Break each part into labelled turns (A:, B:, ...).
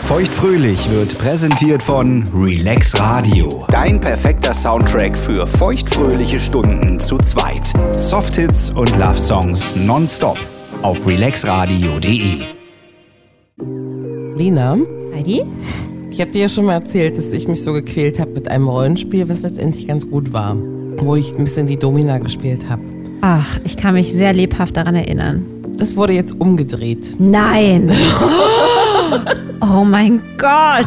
A: Feuchtfröhlich wird präsentiert von Relax Radio. Dein perfekter Soundtrack für feuchtfröhliche Stunden zu zweit. Softhits und Love Songs nonstop auf relaxradio.de.
B: Lina,
C: Heidi?
B: ich habe dir ja schon mal erzählt, dass ich mich so gequält habe mit einem Rollenspiel, was letztendlich ganz gut war, wo ich ein bisschen die Domina gespielt habe.
C: Ach, ich kann mich sehr lebhaft daran erinnern.
B: Das wurde jetzt umgedreht.
C: Nein! oh mein Gott!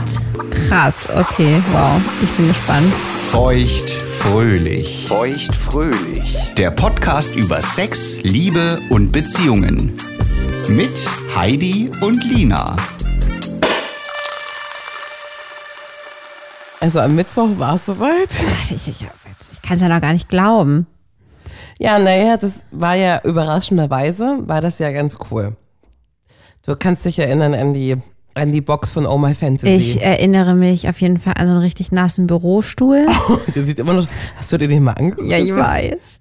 C: Krass, okay, wow. Ich bin gespannt.
A: Feuchtfröhlich. Feuchtfröhlich. Der Podcast über Sex, Liebe und Beziehungen. Mit Heidi und Lina.
B: Also am Mittwoch war es soweit.
C: Ach, Ich, ich, ich kann es ja noch gar nicht glauben.
B: Ja, naja, das war ja überraschenderweise, war das ja ganz cool. Du kannst dich erinnern an die, an die Box von Oh My Fantasy.
C: Ich erinnere mich auf jeden Fall an so einen richtig nassen Bürostuhl.
B: Der sieht immer noch, hast du dir den mal angeguckt?
C: weiß.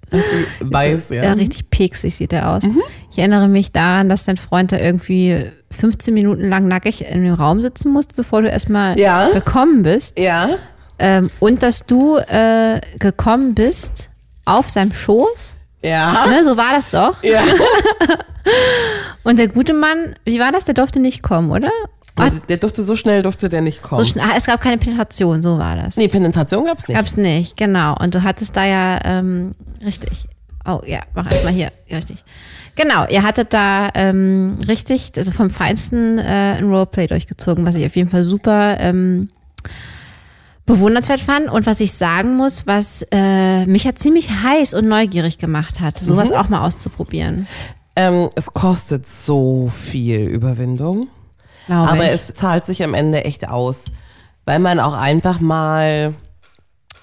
B: Weiß,
C: Ja, Mhm.
B: ja.
C: richtig peksig sieht er aus. Ich erinnere mich daran, dass dein Freund da irgendwie 15 Minuten lang nackig in dem Raum sitzen musste, bevor du erstmal
B: Ja.
C: gekommen bist.
B: Ja,
C: Ähm, und dass du äh, gekommen bist auf seinem Schoß.
B: ja,
C: Ne, so war das doch.
B: Ah. ja.
C: Und der gute Mann, wie war das? Der durfte nicht kommen, oder? Ah,
B: Der- Der durfte so schnell, durfte der nicht kommen.
C: so schnell, ah, es gab keine Penetration, so war das.
B: nee, Penetration gab's nicht.
C: Gab's nicht, genau. Und du hattest da ja, ähm, richtig. Oh ja, mach erstmal hier, Ja, richtig. Genau, ihr hattet da ähm, richtig, also vom Feinsten äh, ein Roleplay durchgezogen, was ich auf jeden Fall super ähm, bewundernswert fand. Und was ich sagen muss, was äh, mich ja ziemlich heiß und neugierig gemacht hat, sowas
B: Mhm.
C: auch mal auszuprobieren.
B: Ähm, es kostet so viel Überwindung,
C: Glaube
B: aber
C: ich.
B: es zahlt sich am Ende echt aus, weil man auch einfach mal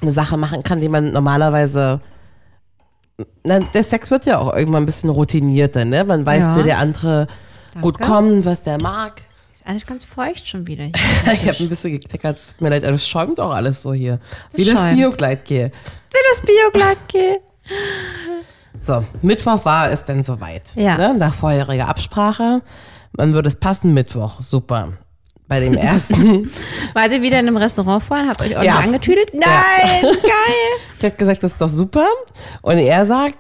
B: eine Sache machen kann, die man normalerweise. Na, der Sex wird ja auch irgendwann ein bisschen routinierter, ne? Man weiß,
C: Ja.
B: will der andere gut kommen, was der mag.
C: ist alles ganz feucht schon wieder. hier.
B: Ich habe ein bisschen gekleckert, tut mir leid, aber es schäumt auch alles so hier. Wie das
C: schäumt.
B: Biogleitgel.
C: Will das Bio glatt gehen?
B: So, Mittwoch war es denn soweit.
C: Ja.
B: Ne? Nach vorheriger Absprache. Man würde es passen, Mittwoch. Super. Bei dem ersten.
C: Wart ihr wieder in einem Restaurant vorhin? Habt euch ordentlich
B: Ja.
C: angetüdelt? Nein, geil.
B: ich habe gesagt, das ist doch super. Und er sagt,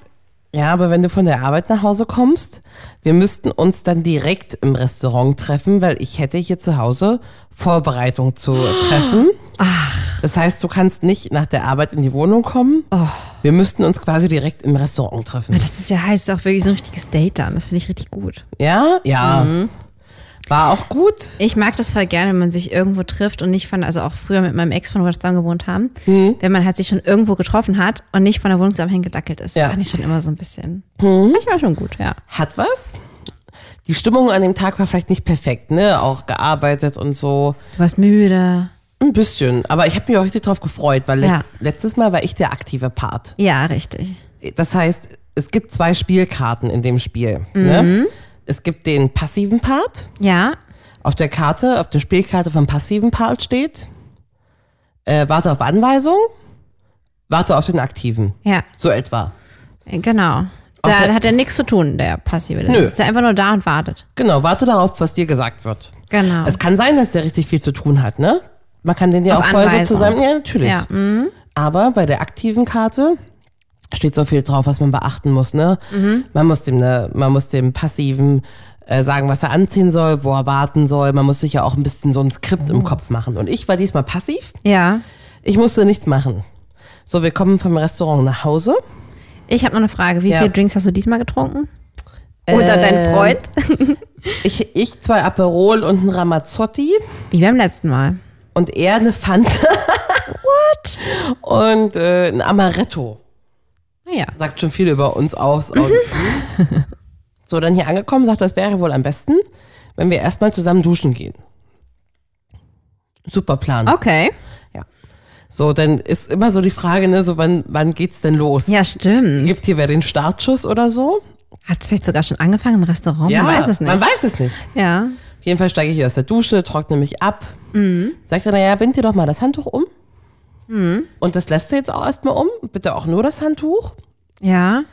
B: ja, aber wenn du von der Arbeit nach Hause kommst, wir müssten uns dann direkt im Restaurant treffen, weil ich hätte hier zu Hause Vorbereitung zu treffen. Ach. Das heißt, du kannst nicht nach der Arbeit in die Wohnung kommen. Wir müssten uns quasi direkt im Restaurant treffen.
C: Das ist ja heiß, auch wirklich so ein richtiges Date dann. Das finde ich richtig gut.
B: Ja? Ja. War auch gut.
C: Ich mag das voll gerne, wenn man sich irgendwo trifft und nicht von, also auch früher mit meinem Ex, von wo wir zusammen gewohnt haben,
B: Hm.
C: wenn man halt sich schon irgendwo getroffen hat und nicht von der Wohnung zusammen hingedackelt ist.
B: Ja. Hm.
C: Das fand ich schon immer so ein bisschen. Manchmal schon gut, ja.
B: hat was. Die Stimmung an dem Tag war vielleicht nicht perfekt, ne? Auch gearbeitet und so.
C: Du warst müde.
B: Ein bisschen. Aber ich habe mich auch richtig drauf gefreut, weil
C: Ja.
B: letzt, letztes Mal war ich der aktive Part.
C: Ja, richtig.
B: Das heißt, es gibt zwei Spielkarten in dem Spiel. Ne? Es gibt den passiven Part.
C: Ja,
B: Auf der Karte, auf der Spielkarte vom passiven Part steht, äh, warte auf Anweisung, warte auf den aktiven.
C: ja,
B: So etwa.
C: genau. Da
B: Auf der-
C: hat er nichts zu tun, der Passive. Das
B: Nö.
C: ist ja einfach nur da und wartet.
B: Genau, warte darauf, was dir gesagt wird.
C: Genau.
B: Es kann sein, dass der richtig viel zu tun hat, ne? Man kann den ja
C: Auf
B: auch voll so
C: Anweisung.
B: zusammen. Ja, natürlich.
C: ja, mhm.
B: Aber bei der aktiven Karte steht so viel drauf, was man beachten muss, ne?
C: Mhm.
B: Man muss dem, ne, man muss dem passiven äh, sagen, was er anziehen soll, wo er warten soll. Man muss sich ja auch ein bisschen so ein Skript
C: Mhm.
B: im Kopf machen. Und ich war diesmal passiv.
C: ja.
B: Ich musste nichts machen. So, wir kommen vom Restaurant nach Hause.
C: Ich habe noch eine Frage. Wie
B: Ja. Äh,
C: viele Drinks hast du diesmal getrunken? Oder dein Freund?
B: Ich, ich zwei Aperol und ein Ramazzotti.
C: Wie beim letzten Mal.
B: und er eine Fanta. What? Und äh, ein Amaretto.
C: Naja.
B: Sagt schon viel über uns aus. Und,
C: Mhm.
B: so, dann hier angekommen, sagt, das wäre wohl am besten, wenn wir erstmal zusammen duschen gehen. Super Plan.
C: Okay.
B: So, dann ist immer so die Frage, ne, so wann, wann geht's denn los?
C: Ja, stimmt.
B: Gibt hier wer den Startschuss oder so?
C: Hat es vielleicht sogar schon angefangen im Restaurant? man weiß es nicht.
B: Man weiß es nicht.
C: ja.
B: Auf jeden Fall steige ich hier aus der Dusche, trockne mich ab.
C: Mhm.
B: Sagt er, naja, bind dir doch mal das Handtuch um. Und das lässt er jetzt auch erstmal um. Bitte auch nur das Handtuch.
C: Ja.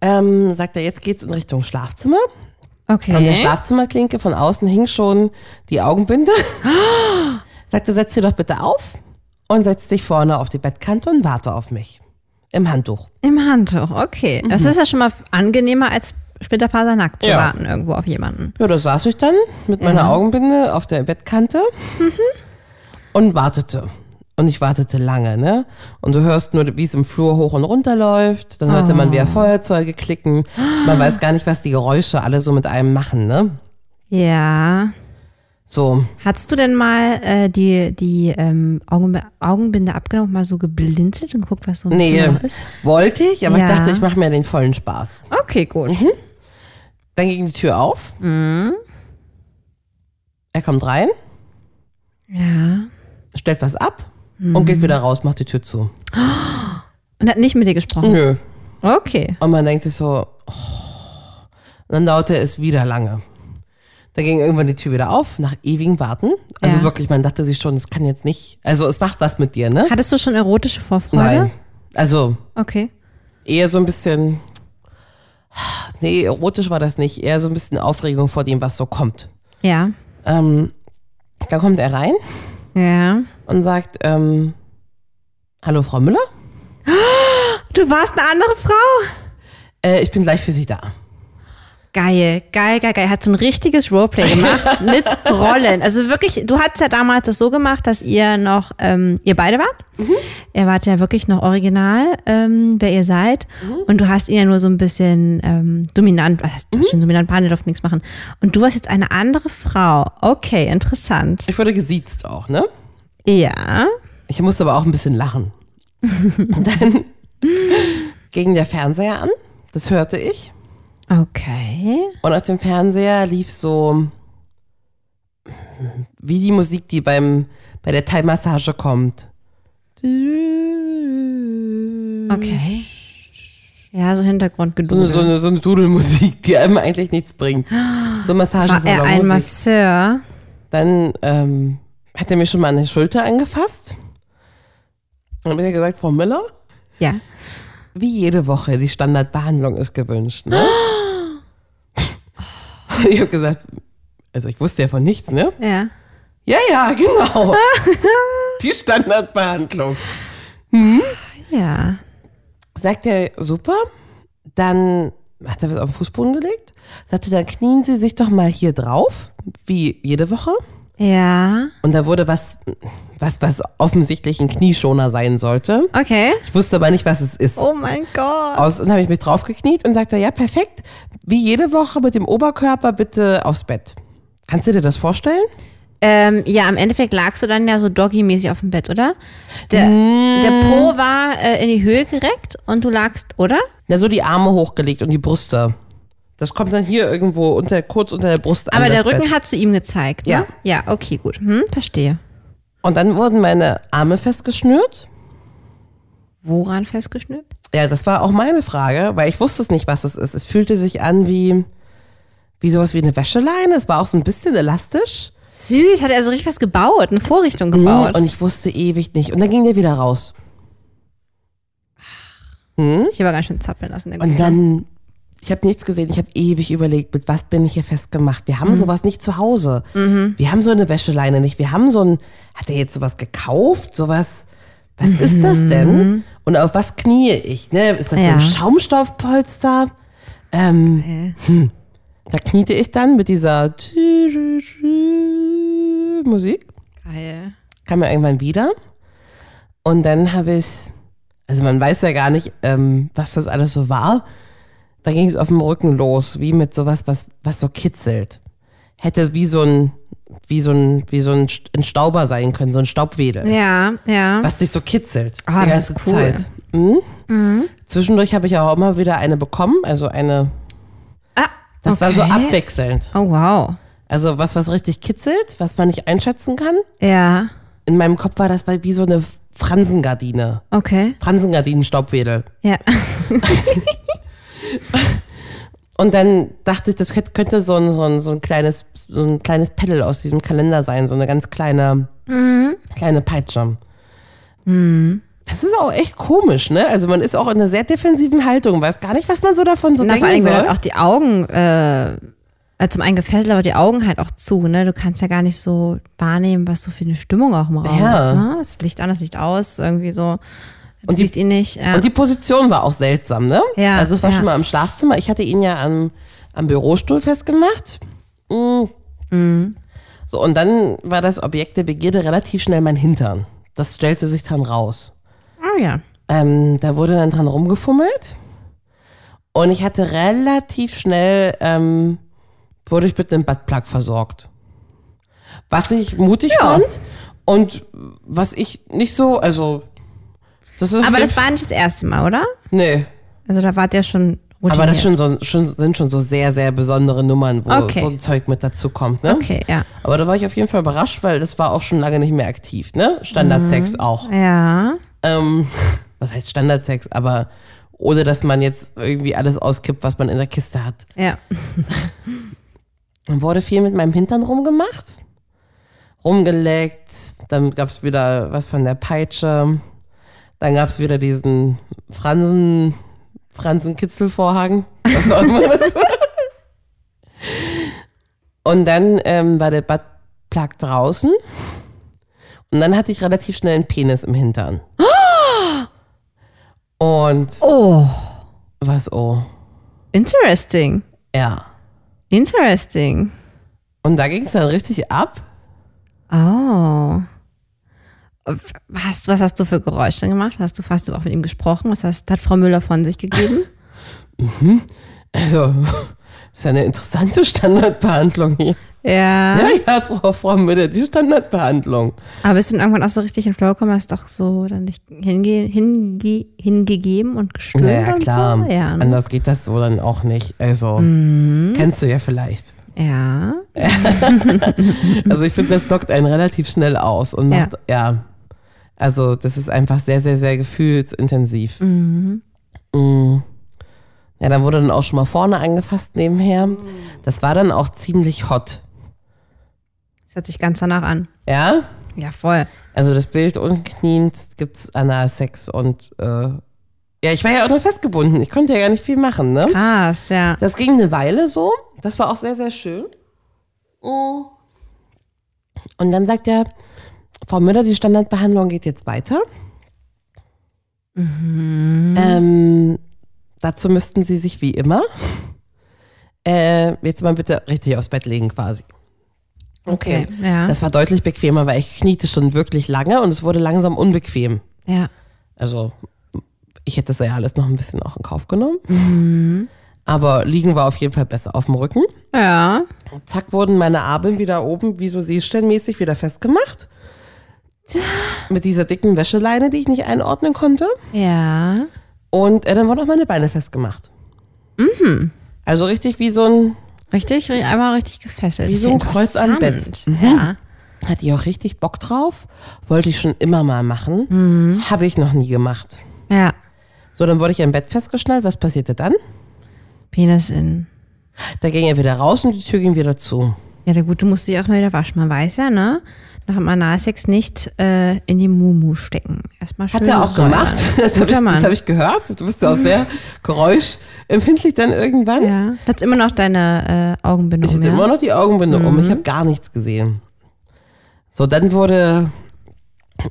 B: Ähm, sagt er, jetzt geht's in Richtung Schlafzimmer. Von der
C: Okay.
B: Schlafzimmerklinke von außen hing schon die Augenbinde. Sagte, setz sie doch bitte auf und setz dich vorne auf die Bettkante und warte auf mich. Im Handtuch.
C: Im Handtuch, okay. Das ist ja schon mal angenehmer, als splitterfasernackt zu
B: Mhm. Ja.
C: warten irgendwo auf jemanden.
B: Ja, da saß ich dann mit meiner Augenbinde auf der Bettkante und wartete. Und ich wartete lange, ne? Und du hörst nur, wie es im Flur hoch und runter läuft. Dann hörte man wieder Feuerzeuge klicken. Man weiß gar nicht, was die Geräusche alle so mit einem machen, ne?
C: Ja.
B: So,
C: Hattest du denn mal äh, die, die ähm, Augen, Augenbinde abgenommen, mal so geblinzelt und guckt, was so ein
B: nee,
C: Zimmer ist?
B: wollte ich, aber ich
C: Ja.
B: dachte, ich mache mir den vollen Spaß.
C: Okay, gut.
B: Mhm. Dann ging die Tür auf. Er kommt rein,
C: Ja.
B: stellt was ab und geht wieder raus, macht die Tür zu.
C: Und hat nicht mit dir gesprochen.
B: Nö.
C: Okay.
B: Und man denkt sich so, oh. und dann dauerte es wieder lange. Da ging irgendwann die Tür wieder auf, nach ewigem Warten. Also
C: Ja.
B: wirklich, man dachte sich schon, das kann jetzt nicht. Also es macht was mit dir, ne?
C: Hattest du schon erotische Vorfreude?
B: Nein. Also
C: Okay.
B: eher so ein bisschen, nee, erotisch war das nicht. Eher so ein bisschen Aufregung vor dem, was so kommt.
C: Ja.
B: Ähm, dann kommt er rein
C: Ja.
B: und sagt, ähm, hallo Frau Müller,
C: Du warst eine andere Frau?
B: äh, ich bin gleich für Sie da.
C: Geil, geil, geil, geil. Er Hat so ein richtiges Roleplay gemacht mit Rollen. Also wirklich, du hattest ja damals das so gemacht, dass ihr noch, ähm, ihr beide wart.
B: Mhm.
C: Ihr wart ja wirklich noch original, ähm, wer ihr seid.
B: Mhm.
C: Und du hast ihn ja nur so ein bisschen ähm, dominant, was heißt, du hast schon dominant behandelt, durfte nichts machen. Und du warst jetzt eine andere Frau. Okay, interessant.
B: Ich wurde gesiezt auch, ne?
C: Ja.
B: Ich musste aber auch ein bisschen lachen. Und dann ging der Fernseher an, das hörte ich.
C: Okay.
B: Und auf dem Fernseher lief so wie die Musik, die beim, bei der Thai-Massage kommt.
C: Okay. Ja, so
B: So,
C: Hintergrundgedudel.
B: Hm. so, eine, so eine Dudelmusik, die einem eigentlich nichts bringt. So
C: War er ein
B: Massagesalonmusik.
C: Masseur?
B: Dann ähm, hat er mir schon mal an die Schulter angefasst. Und hat mir gesagt, Frau Müller,
C: Ja.
B: wie jede Woche, die Standardbehandlung ist gewünscht. Ne? Ich habe gesagt, also ich wusste ja von nichts, ne?
C: Ja.
B: Ja, ja, genau. Die Standardbehandlung.
C: Ja.
B: Sagt er, super. Dann hat er was auf den Fußboden gelegt. Sagte, dann knien Sie sich doch mal hier drauf, wie jede Woche.
C: Ja.
B: Und da wurde was, was, was offensichtlich ein Knieschoner sein sollte.
C: Okay.
B: Ich wusste aber nicht, was es ist.
C: Oh mein Gott.
B: aus und habe ich mich draufgekniet und sagte, ja, perfekt. Wie jede Woche mit dem Oberkörper bitte aufs Bett. Kannst du dir das vorstellen?
C: Ähm, ja, im Endeffekt lagst du dann ja so doggy-mäßig auf dem Bett, oder? Der,
B: Mm.
C: der Po war äh, in die Höhe gereckt und du lagst, oder?
B: Na, so die Arme hochgelegt und die Brüste. Das kommt dann hier irgendwo unter, kurz unter der Brust an.
C: Aber der
B: das
C: Rücken
B: Bett.
C: hat zu ihm gezeigt. Ne?
B: Ja.
C: Ja, okay, gut. Hm, verstehe.
B: Und dann wurden meine Arme festgeschnürt.
C: Woran festgeschnürt?
B: Ja, das war auch meine Frage, weil ich wusste es nicht, was es ist. Es fühlte sich an wie, wie sowas wie eine Wäscheleine. Es war auch so ein bisschen elastisch.
C: Süß, hat er also richtig was gebaut, eine Vorrichtung gebaut.
B: Mm, Und ich wusste ewig nicht. Und dann ging der wieder raus.
C: ich habe ganz schön zappeln lassen. der
B: Und
C: Gute.
B: dann, ich habe nichts gesehen, ich habe ewig überlegt, mit was bin ich hier festgemacht. Wir haben sowas nicht zu Hause. Wir haben so eine Wäscheleine nicht. Wir haben so ein, hat er jetzt sowas gekauft? Sowas, was ist das denn? Und auf was knie ich? Ne? Ist das so
C: Ja.
B: ein Schaumstoffpolster? Ähm,
C: Äh,
B: hm. Da kniete ich dann mit dieser Musik
C: Geil.
B: kam er irgendwann wieder. Und dann habe ich, also man weiß ja gar nicht, ähm, was das alles so war. Da ging es auf dem Rücken los, wie mit sowas, was, was so kitzelt. Hätte wie so ein, wie so ein, wie so ein, St- ein Stauber sein können, so ein Staubwedel.
C: Ja, ja.
B: Was dich so kitzelt.
C: Ah,
B: die
C: das
B: ganze
C: ist cool.
B: Zeit. Mhm. Zwischendurch habe ich auch immer wieder eine bekommen, also eine,
C: Ah,
B: das war so
C: okay.
B: abwechselnd.
C: Oh, wow.
B: Also was, was richtig kitzelt, was man nicht einschätzen kann.
C: Ja,
B: In meinem Kopf war das wie so eine Fransengardine.
C: okay.
B: Fransengardinen-Staubwedel.
C: Ja.
B: Und dann dachte ich, das hätte- könnte so ein, so ein, so ein kleines, so ein kleines Pedal aus diesem Kalender sein, so eine ganz kleine,
C: Mhm.
B: kleine Peitsche. Das ist auch echt komisch, ne? Also man ist auch in einer sehr defensiven Haltung, weiß gar nicht, was man so davon so
C: Na,
B: denken
C: vor allem, wenn
B: soll.
C: halt auch die Augen äh, Also zum einen gefällt aber die Augen halt auch zu, ne? Du kannst ja gar nicht so wahrnehmen, was so für eine Stimmung auch im Raum
B: Ja.
C: ist, ne? Das Licht an, das Licht aus, irgendwie so. Du
B: Und die-
C: siehst ihn nicht. äh, Ja.
B: Und die Position war auch seltsam, ne?
C: Ja,
B: Also es war
C: ja.
B: schon mal im Schlafzimmer. Ich hatte ihn ja am, am Bürostuhl festgemacht. Mm.
C: Mhm.
B: So, und dann war das Objekt der Begierde relativ schnell mein Hintern. Das stellte sich dann raus.
C: Ah, ja.
B: Ähm, da wurde dann dran rumgefummelt. Und ich hatte relativ schnell, ähm, wurde ich mit einem Buttplug versorgt. Was ich mutig
C: Ja.
B: fand und was ich nicht so, also, das ist.
C: Aber das war nicht das erste Mal, oder?
B: Nee.
C: Also da wart ihr schon routiniert.
B: Aber das schon so, schon, sind schon so sehr, sehr besondere Nummern, wo
C: Okay.
B: so ein Zeug mit dazu kommt, ne?
C: Okay, ja.
B: Aber da war ich auf jeden Fall überrascht, weil das war auch schon lange nicht mehr aktiv, ne?
C: Mhm.
B: Standardsex auch.
C: Ja.
B: Ähm, was heißt Standardsex? Aber ohne, dass man jetzt irgendwie alles auskippt, was man in der Kiste hat.
C: Ja.
B: Dann wurde viel mit meinem Hintern rumgemacht, rumgeleckt. Dann gab's wieder was von der Peitsche. Dann gab's wieder diesen Fransen, Fransenkitzelvorhang. Was auch immer das war. Und dann ähm, war der Buttplug draußen. Und dann hatte ich relativ schnell einen Penis im Hintern. Und
C: Oh.
B: was oh.
C: Interesting.
B: Ja.
C: Interesting.
B: Und da ging's dann richtig ab.
C: Oh. Hast, was hast du für Geräusche denn gemacht? Hast du fast auch mit ihm gesprochen? Was hast, hat Frau Müller von sich gegeben?
B: Also, das ist eine interessante Standardbehandlung hier.
C: ja.
B: Ja, ja, Frau, Frau Müller, die Standardbehandlung.
C: Aber bist du dann irgendwann auch so richtig in den Flow gekommen? Hast doch so dann dich hinge hinge hingegeben und gestöhnt
B: Naja,
C: und
B: klar.
C: so? Ja. ne?
B: Anders geht das so dann auch nicht. Also, kennst du ja vielleicht.
C: Ja.
B: Also, ich finde, das lockt einen relativ schnell aus und macht, ja. Also, das ist einfach sehr, sehr, sehr gefühlsintensiv. Mm. Ja, dann wurde dann auch schon mal vorne angefasst nebenher. Das war dann auch ziemlich hot.
C: Das hört sich ganz danach an.
B: Ja?
C: Ja, voll.
B: Also das Bild unkniend gibt's Analsex und äh, ja, ich war ja auch noch festgebunden. Ich konnte ja gar nicht viel machen, ne?
C: Krass, ja.
B: Das ging eine Weile so. Das war auch sehr, sehr schön. Mm. Und dann sagt er, Frau Müller, die Standardbehandlung geht jetzt weiter. Ähm, dazu müssten Sie sich wie immer äh, jetzt mal bitte richtig aufs Bett legen quasi.
C: Okay. Ja.
B: Das war deutlich bequemer, weil ich kniete schon wirklich lange und es wurde langsam unbequem.
C: ja.
B: Also ich hätte das ja alles noch ein bisschen auch in Kauf genommen. Aber liegen war auf jeden Fall besser auf dem Rücken.
C: Ja.
B: Und zack wurden meine Arme wieder oben, wie so seestellenmäßig, wieder festgemacht. Mit dieser dicken Wäscheleine, die ich nicht einordnen konnte.
C: Ja.
B: Und äh, dann wurden auch meine Beine festgemacht. Also richtig wie so ein,
C: Richtig, ri- einmal richtig gefesselt.
B: Wie
C: Das ist
B: so
C: ja
B: ein Kreuz am
C: interessant.
B: Bett. Mhm.
C: Ja.
B: hatte ich auch richtig Bock drauf. Wollte ich schon immer mal machen. Habe ich noch nie gemacht.
C: Ja.
B: So, dann wurde ich im Bett festgeschnallt. Was passierte dann?
C: Penis in.
B: Da ging er wieder raus und die Tür ging wieder zu.
C: Ja, der Gute musste sich auch mal wieder waschen. Man weiß ja, ne? Nach dem Analsex nicht äh, in die Mumu stecken. Erstmal schön.
B: Hat er auch
C: säubern.
B: gemacht. Das habe ich,
C: Guter Mann.
B: das hab ich gehört. Du bist ja auch sehr geräuschempfindlich dann irgendwann.
C: Ja. Du hast immer noch deine äh, Augenbinde
B: Ich
C: um,
B: hatte
C: ja?
B: immer noch die Augenbinde um. Ich habe gar nichts gesehen. So, dann wurde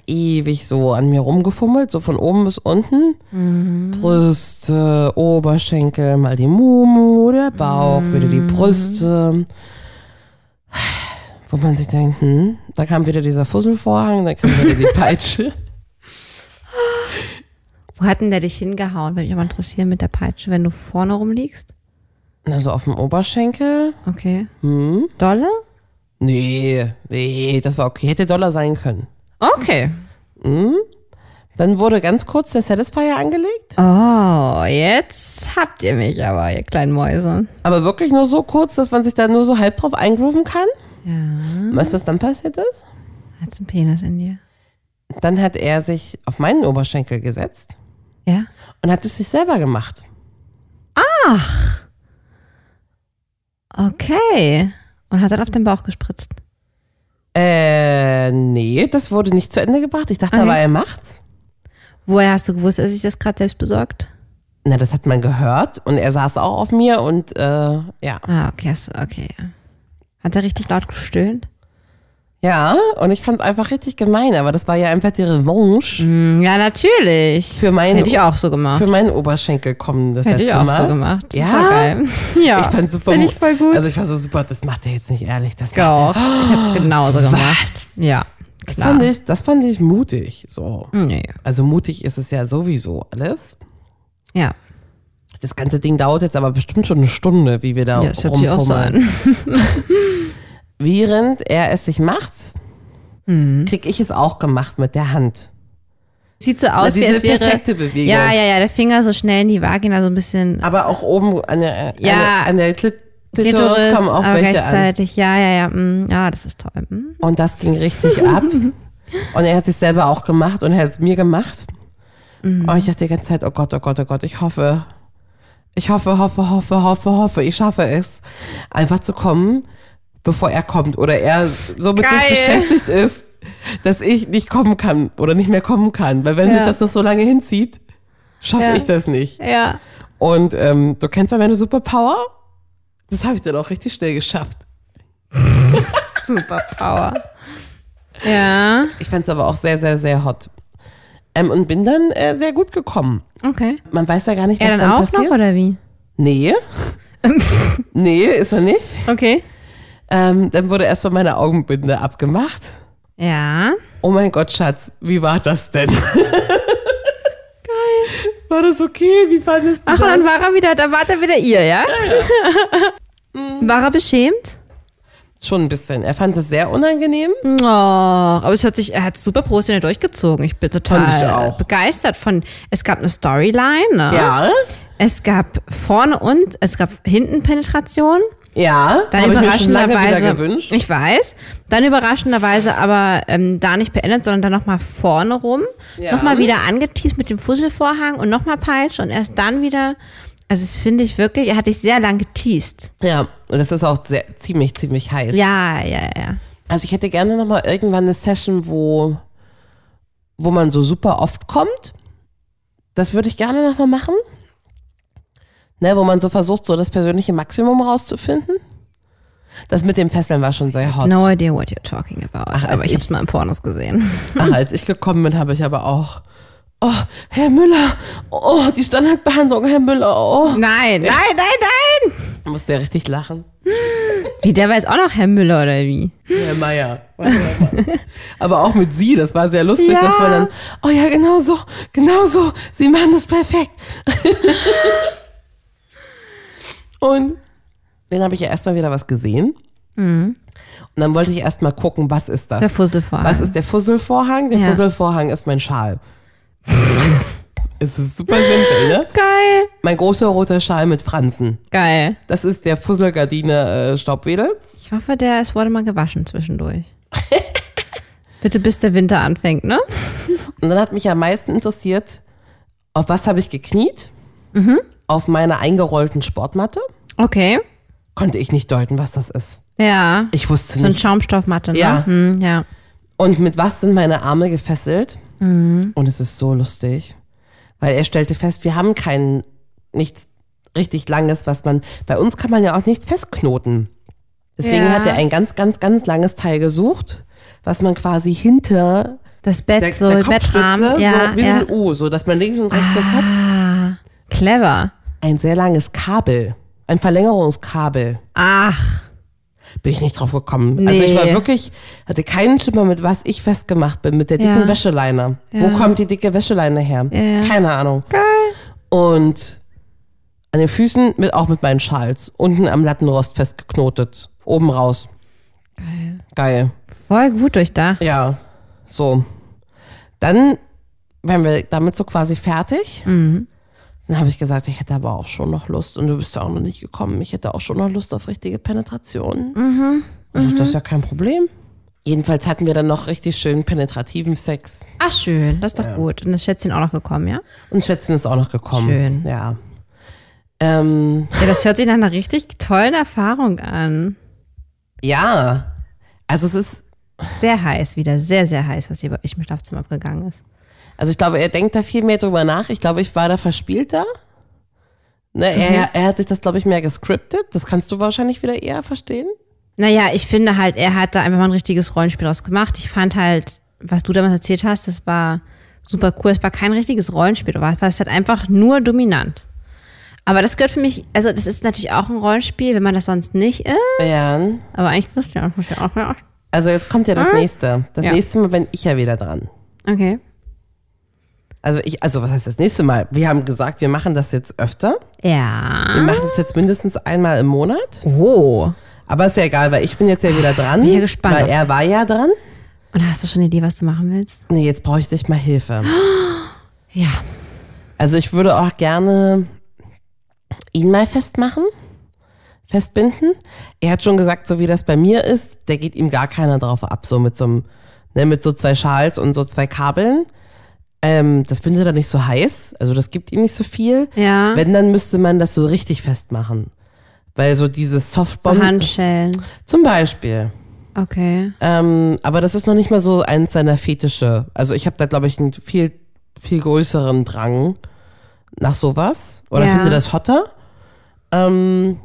B: ewig so an mir rumgefummelt, so von oben bis unten. Brüste, Oberschenkel, mal die Mumu, der Bauch, wieder die Brüste. Wo man sich denkt, hm, da kam wieder dieser Fusselvorhang, da kam wieder die Peitsche.
C: Wo hat denn der dich hingehauen? Würde mich aber interessieren mit der Peitsche, wenn du vorne rumliegst.
B: Also auf dem Oberschenkel. hm,
C: Okay. Dolle?
B: Nee, nee, das war okay. Hätte Dollar sein können.
C: Okay.
B: Dann wurde ganz kurz der Satisfier angelegt.
C: Oh, jetzt habt ihr mich aber, ihr kleinen Mäuse.
B: Aber wirklich nur so kurz, dass man sich da nur so halb drauf eingrooven kann.
C: Ja.
B: Weißt du, was dann passiert ist?
C: Hat's einen Penis in dir.
B: Dann hat er sich auf meinen Oberschenkel gesetzt
C: Ja?
B: und hat es sich selber gemacht.
C: Okay. Und hat dann auf den Bauch gespritzt.
B: Äh, nee, das wurde nicht
C: Ah,
B: zu Ende gebracht. Ich dachte
C: Okay.
B: aber, er macht's.
C: Woher hast du gewusst, dass sich das gerade selbst besorgt?
B: Na, das hat man gehört und er saß auch auf mir und äh, ja.
C: Ah, okay, hast du- okay. ja. Hat er richtig laut gestöhnt?
B: Ja, und ich fand es einfach richtig gemein, aber das war ja einfach die Revanche
C: Hm, Ja, natürlich.
B: für, meinen
C: Hätte ich auch so gemacht.
B: für meinen Oberschenkel kommen das letzte
C: Hätte ich auch
B: Mal.
C: so gemacht.
B: Ja?
C: Voll geil. ja.
B: Ich fand super.
C: Finde ich voll gut.
B: Also ich war so super, das macht er jetzt nicht ehrlich. Das, macht
C: Doch, ich hätte es genauso gemacht. Was? Ja,
B: das, fand
C: klar.
B: ich, das fand ich mutig. So.
C: Nee.
B: Also mutig ist es ja sowieso alles.
C: Ja,
B: Das ganze Ding dauert jetzt aber bestimmt schon eine Stunde, wie wir da
C: ja
B: ja,
C: das hört sich auch so
B: rumfummeln.
C: an.
B: Während er es sich macht,
C: Hm.
B: krieg ich es auch gemacht mit der Hand.
C: Sieht so aus,
B: Na,
C: wie
B: diese
C: es wäre.
B: perfekte Bewegung.
C: Ja, ja, ja, der Finger so schnell in die Vagina, so ein bisschen
B: Aber auch oben an der,
C: Ja.
B: an der, an der Klit- Klitoris
C: Klitoris,
B: kommen auch
C: aber
B: welche an.
C: gleichzeitig. Ja, ja, ja. mm, Ja, das ist toll. mm.
B: Und das ging richtig ab. Und er hat sich selber auch gemacht und er hat es mir gemacht.
C: Mhm.
B: Und ich dachte die ganze Zeit, oh Gott, oh Gott, oh Gott, ich hoffe, ich hoffe, hoffe, hoffe, hoffe, hoffe, ich schaffe es, einfach zu kommen, bevor er kommt oder er so mit
C: Geil.
B: sich beschäftigt ist, dass ich nicht kommen kann oder nicht mehr kommen kann. Weil wenn
C: Ja.
B: sich das noch so lange hinzieht, schaffe
C: Ja.
B: ich das nicht.
C: Ja.
B: Und ähm, du kennst ja meine Superpower. Das habe ich dann auch richtig schnell geschafft.
C: Superpower. Ja.
B: Ich fand es aber auch sehr, sehr, sehr hot. Ähm, und bin dann äh, sehr gut gekommen.
C: Okay.
B: Man weiß ja gar nicht, was
C: Er dann
B: dann
C: auch
B: passiert.
C: noch, oder wie?
B: Nee. nee, ist er nicht.
C: Okay.
B: Ähm, dann wurde erstmal meine Augenbinde abgemacht.
C: Ja.
B: Oh mein Gott, Schatz, wie war das denn? Geil. War das okay? Wie fandest du
C: Ach, und
B: das?
C: dann war er wieder, da war er wieder ihr, ja? Mhm. war er beschämt?
B: Schon ein bisschen. Er fand es sehr unangenehm.
C: Oh, aber es hat sich, er hat super professionell durchgezogen. Ich bin total
B: Fand ich auch.
C: begeistert von, es gab eine Storyline, ne?
B: Ja.
C: Es gab vorne und, es gab hinten Penetration.
B: Ja.
C: Dann
B: Hab ich mir schon lange wieder
C: überraschenderweise,
B: gewünscht.
C: ich weiß, dann überraschenderweise aber ähm, da nicht beendet, sondern dann nochmal vorne rum,
B: Ja.
C: nochmal wieder angeteased mit dem Fusselvorhang und nochmal Peitsche und erst dann wieder, also das finde ich wirklich, er hat dich sehr lang geteased.
B: Ja. Und das ist auch sehr, ziemlich, ziemlich heiß.
C: Ja, ja, ja.
B: Also ich hätte gerne nochmal irgendwann eine Session, wo, wo man so super oft kommt. Das würde ich gerne nochmal machen. Ne, wo man so versucht, so das persönliche Maximum rauszufinden. Das mit dem Fesseln war schon sehr hot.
C: No idea what you're talking about.
B: Ach, als
C: aber ich
B: ich-
C: habe es mal im Pornos gesehen.
B: Ach, als ich gekommen bin, habe ich aber auch. Oh, Herr Müller. Oh, die Standardbehandlung, Herr Müller. Oh.
C: Nein, nein, nein, nein!
B: Ich musste ja richtig lachen.
C: Wie, der war jetzt auch noch Herr Müller oder wie?
B: Herr Meier. Aber auch mit sie, das war sehr lustig,
C: Ja.
B: dass wir dann, oh ja, genau so, genau so, sie machen das perfekt. Und dann habe ich ja erstmal wieder was gesehen. Und dann wollte ich erstmal gucken, was ist das?
C: Mhm. Der Fusselvorhang.
B: Was ist der Fusselvorhang? Der
C: Ja.
B: Fusselvorhang ist mein Schal. es ist super simpel, ne?
C: Geil.
B: Mein großer roter Schal mit Franzen.
C: Geil.
B: Das ist der Fusselgardine äh, Staubwedel.
C: Ich hoffe, der es wurde mal gewaschen zwischendurch. Bitte bis der Winter anfängt, ne?
B: Und dann hat mich am meisten interessiert, auf was habe ich gekniet?
C: Mhm.
B: Auf meiner eingerollten Sportmatte.
C: Okay.
B: Konnte ich nicht deuten, was das ist.
C: Ja.
B: Ich wusste
C: So ein
B: nicht.
C: Schaumstoffmatte, ne?
B: Ja.
C: Hm, ja.
B: Und mit was sind meine Arme gefesselt?
C: Mhm.
B: Und es ist so lustig, weil er stellte fest, wir haben keinen, nichts richtig langes, was man, bei uns kann man ja auch nichts festknoten. Deswegen
C: Ja.
B: hat er ein ganz, ganz, ganz langes Teil gesucht, was man quasi hinter
C: Das Bett,
B: der,
C: so
B: der
C: Bettrahmen.
B: Kopfstütze,
C: ja,
B: so wie
C: ja.
B: so ein U, so dass man links und rechts das hat.
C: Ah, clever.
B: ein sehr langes Kabel, ein Verlängerungskabel.
C: Ach,
B: Bin ich nicht drauf gekommen. Also ich
C: Nee.
B: war wirklich, hatte keinen Schimmer, mit was ich festgemacht bin, mit der dicken
C: Ja.
B: Wäscheleine. Wo
C: Ja.
B: kommt die dicke Wäscheleine her?
C: ja.
B: Keine Ahnung. Geil. Und an den Füßen mit, auch mit meinen Schals, unten am Lattenrost festgeknotet, oben raus.
C: Geil.
B: Geil.
C: voll gut durchdacht.
B: Ja, so. Dann wären wir damit so quasi fertig. Dann habe ich gesagt, ich hätte aber auch schon noch Lust und du bist ja auch noch nicht gekommen. Ich hätte auch schon noch Lust auf richtige Penetration. Also das ist ja kein Problem. Jedenfalls hatten wir dann noch richtig schön penetrativen Sex.
C: Ach, schön. Das ist doch gut. Und das Schätzchen auch noch gekommen, ja?
B: Und Schätzen ist auch noch gekommen.
C: Schön.
B: Ja. Ähm,
C: Ja, das hört sich nach einer richtig tollen Erfahrung an.
B: ja. Also es ist,
C: Sehr heiß wieder. Sehr, sehr heiß, was hier bei euch im Schlafzimmer abgegangen ist.
B: also ich glaube, er denkt da viel mehr drüber nach. Ich glaube, ich war da verspielter. Ne,
C: Mhm.
B: er, er hat sich das, glaube ich, mehr gescriptet. Das kannst du wahrscheinlich wieder eher verstehen.
C: Naja, ich finde halt, er hat da einfach mal ein richtiges Rollenspiel draus gemacht. Ich fand halt, was du damals erzählt hast, das war super cool. Es war kein richtiges Rollenspiel, aber es war halt einfach nur dominant. Aber das gehört für mich, also das ist natürlich auch ein Rollenspiel, wenn man das sonst nicht ist.
B: Ja.
C: Aber eigentlich muss ja, muss ja auch. ja.
B: Also jetzt kommt ja das
C: Ah.
B: nächste. Das
C: Ja.
B: nächste Mal bin ich ja wieder dran.
C: Okay.
B: Also ich, also was heißt das nächste Mal? Wir haben gesagt, wir machen das jetzt öfter. Wir
C: Ja.
B: machen das jetzt mindestens einmal im Monat.
C: Mhm. Oh. Ah,
B: Aber ist ja egal, weil ich bin jetzt ja wieder dran.
C: Bin ja gespannt.
B: Weil er war ja dran.
C: Und hast du schon eine Idee, was du machen willst?
B: Nee, jetzt brauche ich dich mal Hilfe.
C: Ja.
B: Also ich würde auch gerne ihn mal festmachen, festbinden. Er hat schon gesagt, so wie das bei mir ist, da geht ihm gar keiner drauf ab, so mit so, einem, ne, mit so zwei Schals und so zwei Kabeln. Ähm, das findet er nicht so heiß, also das gibt ihm nicht so viel.
C: Ja.
B: Wenn, dann müsste man das so richtig festmachen. Weil so dieses
C: So
B: Softbomben
C: Handschellen.
B: zum Beispiel.
C: Okay.
B: Ähm, aber das ist noch nicht mal so eins seiner Fetische. Also ich habe da, glaube ich, einen viel, viel größeren Drang nach sowas. Oder
C: Ja.
B: finde das hotter. Ähm,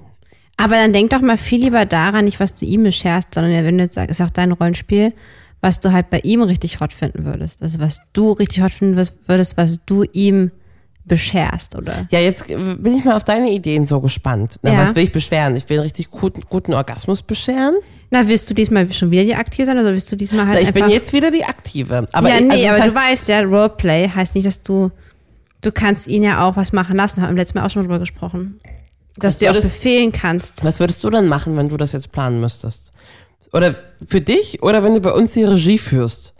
C: Aber dann denk doch mal viel lieber daran, nicht was du ihm bescherst, sondern wenn du jetzt sagst, ist auch dein Rollenspiel, was du halt bei ihm richtig hot finden würdest. Also was du richtig hot finden würdest- würdest, was du ihm bescherst, oder?
B: ja, jetzt äh, bin ich mal auf deine Ideen so gespannt. Na,
C: Ja.
B: was will ich beschweren? Ich will einen richtig guten, guten Orgasmus bescheren.
C: Na, willst du diesmal schon wieder die aktiv sein oder willst du diesmal halt
B: Na, ich
C: einfach
B: bin jetzt wieder die Aktive. Aber
C: ja,
B: ich, also
C: nee,
B: das
C: aber
B: heißt,
C: du weißt ja, Roleplay heißt nicht, dass du, du kannst ihn ja auch was machen lassen, haben wir letztes Mal auch schon mal drüber gesprochen. Dass du dir auch
B: würdest-
C: befehlen kannst.
B: was würdest du dann machen, wenn du das jetzt planen müsstest? Oder für dich oder wenn du bei uns die Regie führst?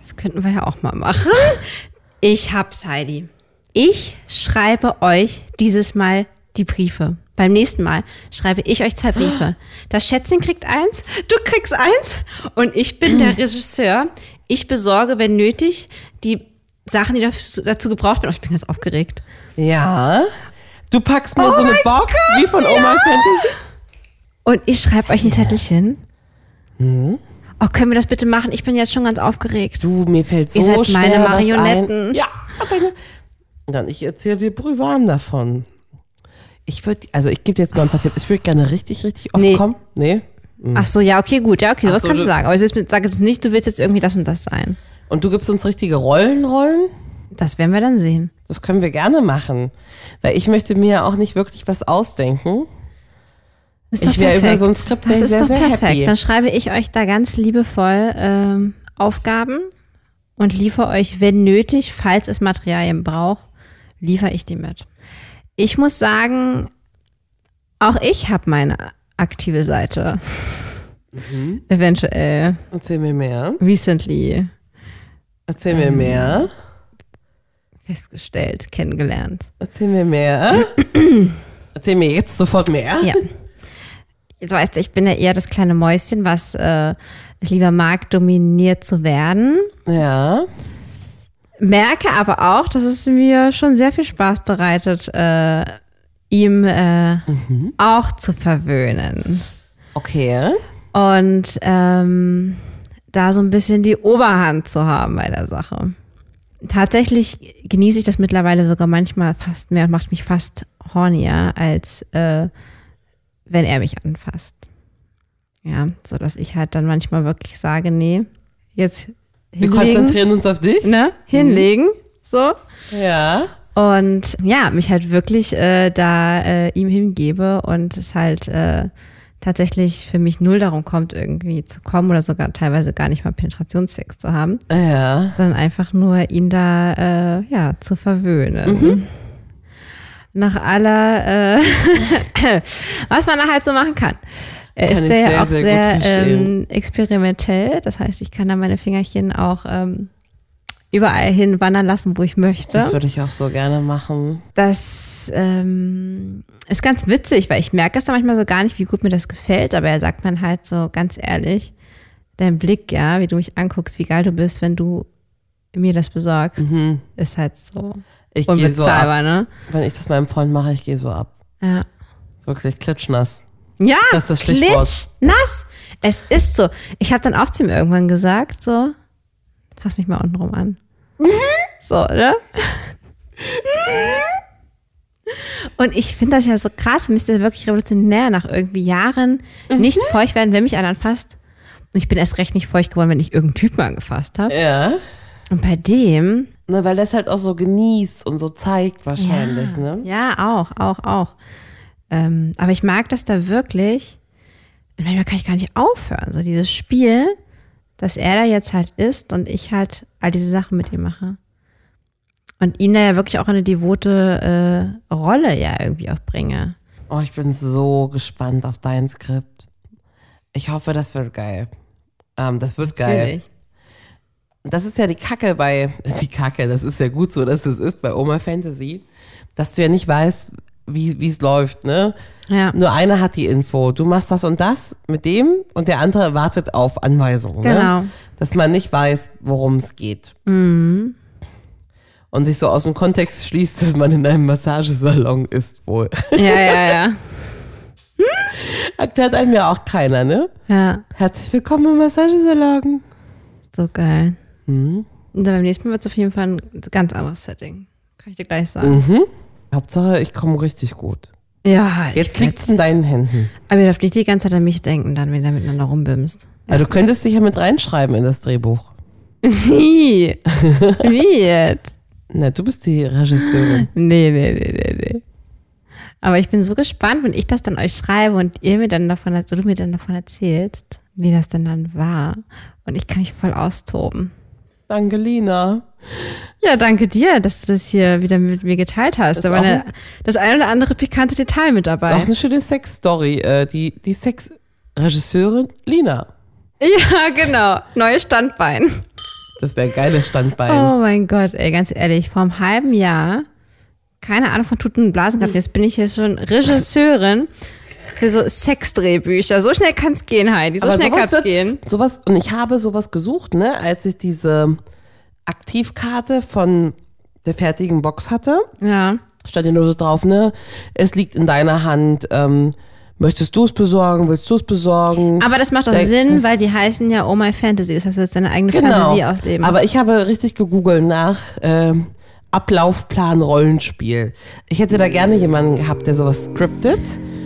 C: Das könnten wir ja auch mal machen. Ich hab's, Heidi. Ich schreibe euch dieses Mal die Briefe. Beim nächsten Mal schreibe ich euch zwei Briefe. Das Schätzchen kriegt eins, du kriegst eins und ich bin
B: Hm.
C: der Regisseur. Ich besorge, wenn nötig, die Sachen, die daf- dazu gebraucht werden. Oh, ich bin ganz aufgeregt.
B: Ja. Oh Du packst mir so eine Box wie von Oh My Fantasy.
C: Und ich schreibe euch ein Zettelchen.
B: Hm?
C: Oh, können wir das bitte machen? Ich bin jetzt schon ganz aufgeregt.
B: Du, mir fällt so
C: Ihr seid
B: schwer
C: meine
B: was
C: Marionetten.
B: Ein. Ja, deine. Dann ich erzähle dir Brühwarm davon. Ich würde, also ich gebe dir jetzt mal ein paar Tipps. Ich würde gerne richtig, richtig oft
C: Nee.
B: kommen. Nee.
C: Ach so, ja, okay, gut. Ja, okay,
B: Hm.
C: sowas
B: so,
C: kannst du
B: du-
C: sagen. Aber ich willst mir- sag jetzt nicht, du willst jetzt irgendwie das und das sein.
B: Und du gibst uns richtige Rollen, Rollen?
C: Das werden wir dann sehen.
B: Das können wir gerne machen. Weil ich möchte mir ja auch nicht wirklich was ausdenken.
C: Ist
B: Ich
C: doch
B: wär über
C: perfekt.
B: so ein Skript
C: das
B: wär ich
C: ist
B: sehr,
C: doch
B: sehr
C: perfekt.
B: happy.
C: Dann schreibe ich euch da ganz liebevoll ähm, Aufgaben und liefere euch, wenn nötig, falls es Materialien braucht, liefere ich die mit. Ich muss sagen, auch ich habe meine aktive Seite. Eventuell.
B: Erzähl mir mehr.
C: Recently.
B: Erzähl
C: Ähm.
B: mir mehr.
C: festgestellt, kennengelernt.
B: Erzähl mir mehr. Erzähl mir jetzt sofort mehr.
C: Ja. Jetzt weißt du, ich bin ja eher das kleine Mäuschen, was äh, es lieber mag, dominiert zu werden.
B: Ja.
C: Merke aber auch, dass es mir schon sehr viel Spaß bereitet, äh, ihm äh,
B: Mhm.
C: auch zu verwöhnen.
B: Okay.
C: Und ähm, da so ein bisschen die Oberhand zu haben bei der Sache. Tatsächlich genieße ich das mittlerweile sogar manchmal fast mehr und macht mich fast hornier, als äh, wenn er mich anfasst. Ja, so dass ich halt dann manchmal wirklich sage, nee, jetzt
B: Wir
C: hinlegen,
B: konzentrieren Mhm. uns auf dich.
C: ne, hinlegen, so.
B: Ja.
C: Und ja, mich halt wirklich äh, da äh, ihm hingebe und es halt äh, tatsächlich für mich null darum kommt, irgendwie zu kommen oder sogar teilweise gar nicht mal Penetrationssex zu haben,
B: Ja.
C: sondern einfach nur ihn da äh, ja zu verwöhnen.
B: Mhm.
C: Nach aller, äh, was man da halt so machen kann. Er
B: Kann
C: ist
B: ich
C: da ja
B: sehr,
C: auch
B: sehr
C: sehr,
B: gut verstehen.
C: ähm, experimentell. Das heißt, ich kann da meine Fingerchen auch ähm, überall hin wandern lassen, wo ich möchte.
B: Das würde ich auch so gerne machen.
C: Das ähm, ist ganz witzig, weil ich merke es da manchmal so gar nicht, wie gut mir das gefällt, aber er sagt man halt so ganz ehrlich, dein Blick, ja, wie du mich anguckst, wie geil du bist, wenn du mir das besorgst, ist halt so
B: Mhm. Ich gehe so ab.
C: unbezahlbar, ne?
B: Wenn ich das meinem Freund mache, ich gehe so ab.
C: Ja.
B: Wirklich klitschnass.
C: Ja,
B: Das ist das Stichwort.
C: nass. Es ist so. Ich habe dann auch zu ihm irgendwann gesagt, so, fass mich mal untenrum ne? an. so, oder? Und ich finde das ja so krass, für mich ist das wirklich revolutionär nach irgendwie Jahren
B: Mhm.
C: nicht feucht werden, wenn mich einer anfasst. Und ich bin erst recht nicht feucht geworden, wenn ich irgendeinen Typen angefasst habe.
B: Ja.
C: Und bei dem,
B: Ne, weil das halt auch so genießt und so zeigt wahrscheinlich, ne?
C: ja, auch, auch, auch. Ähm, aber ich mag das da wirklich. Und manchmal kann ich gar nicht aufhören. So dieses Spiel, dass er da jetzt halt ist und ich halt all diese Sachen mit ihm mache. Und ihn da ja wirklich auch in eine devote äh, Rolle ja irgendwie auch bringe.
B: Oh, ich bin so gespannt auf dein Skript. Ich hoffe, das wird geil. Ähm, das wird geil.
C: Natürlich.
B: das ist ja die Kacke bei, die Kacke, das ist ja gut so, dass es ist bei Oma Fantasy, dass du ja nicht weißt, wie wie es läuft, ne?
C: Ja.
B: Nur einer hat die Info. Du machst das und das mit dem und der andere wartet auf Anweisungen.
C: Genau.
B: Ne? Dass man nicht weiß, worum es geht.
C: Mhm.
B: Und sich so aus dem Kontext schließt, dass man in einem Massagesalon ist wohl.
C: Ja, ja, ja.
B: Erklärt einem ja auch keiner, ne?
C: Ja,
B: Herzlich willkommen im Massagesalon.
C: so geil.
B: Mhm.
C: Und dann beim nächsten Mal wird es auf jeden Fall ein ganz anderes Setting. Kann ich dir gleich sagen.
B: Mhm. Hauptsache, ich komme richtig gut.
C: Ja, ich
B: Jetzt
C: glaub-
B: liegt's in deinen Händen.
C: Aber ihr dürft nicht die ganze Zeit an mich denken, dann, wenn ihr da miteinander rumbimst.
B: Also du könntest dich ja mit reinschreiben in das Drehbuch.
C: Wie? Wie jetzt?
B: Na, du bist die Regisseurin.
C: Nee, nee, nee, nee, nee. Aber ich bin so gespannt, wenn ich das dann euch schreibe und ihr mir dann davon, also du mir dann davon erzählst, wie das denn dann war. Und ich kann mich voll austoben.
B: Danke, Lina.
C: Ja, danke dir, dass du das hier wieder mit mir geteilt hast.
B: Ist
C: da war
B: auch
C: eine,
B: ein-
C: das ein oder andere pikante Detail mit dabei.
B: Auch eine schöne Sexstory. Äh, die die Sexregisseurin Lina.
C: Ja, genau. Neues Standbein.
B: Das wäre ein geiles Standbein.
C: Oh mein Gott, ey, ganz ehrlich, vor einem halben Jahr, keine Ahnung von Tuten und Blasen gehabt, jetzt bin ich jetzt schon Regisseurin für so Sexdrehbücher. So schnell kann's gehen, Heidi, so schnell kann's
B: wird-
C: gehen.
B: sowas, und ich habe sowas gesucht, ne, als ich diese Aktivkarte von der fertigen Box hatte.
C: Ja.
B: stand ja nur so drauf, ne? Es liegt in deiner Hand. Ähm, möchtest du es besorgen? Willst du es besorgen?
C: Aber das macht doch
B: Da-
C: Sinn, weil die heißen ja Oh My Fantasy, das heißt, du jetzt deine eigene Fantasie ausleben.
B: Genau. Aber ich habe richtig gegoogelt nach ähm, Ablaufplan Rollenspiel. Ich hätte da gerne jemanden gehabt, der sowas scriptet.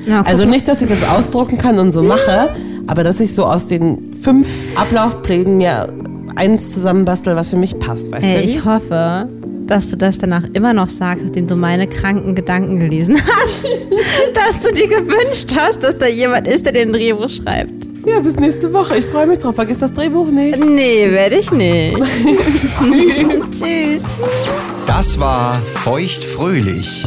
C: Na, guck
B: also
C: mal.
B: nicht, dass ich das ausdrucken kann und so mache, aber dass ich so aus den fünf Ablaufplänen mir eins zusammenbastel, was für mich passt. Weißt
C: ey,
B: du?
C: Äh, ich hoffe, dass du das danach immer noch sagst, nachdem du meine kranken Gedanken gelesen hast, dass du dir gewünscht hast, dass da jemand ist, der den Drehbuch schreibt.
B: ja, bis nächste Woche. Ich freue mich drauf. Vergiss das Drehbuch nicht.
C: Nee, werde ich nicht. Tschüss. Tschüss.
A: Das war Feuchtfröhlich,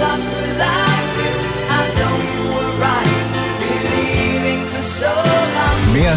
D: lost without you. I know you were right, believing for so long.
A: Mehr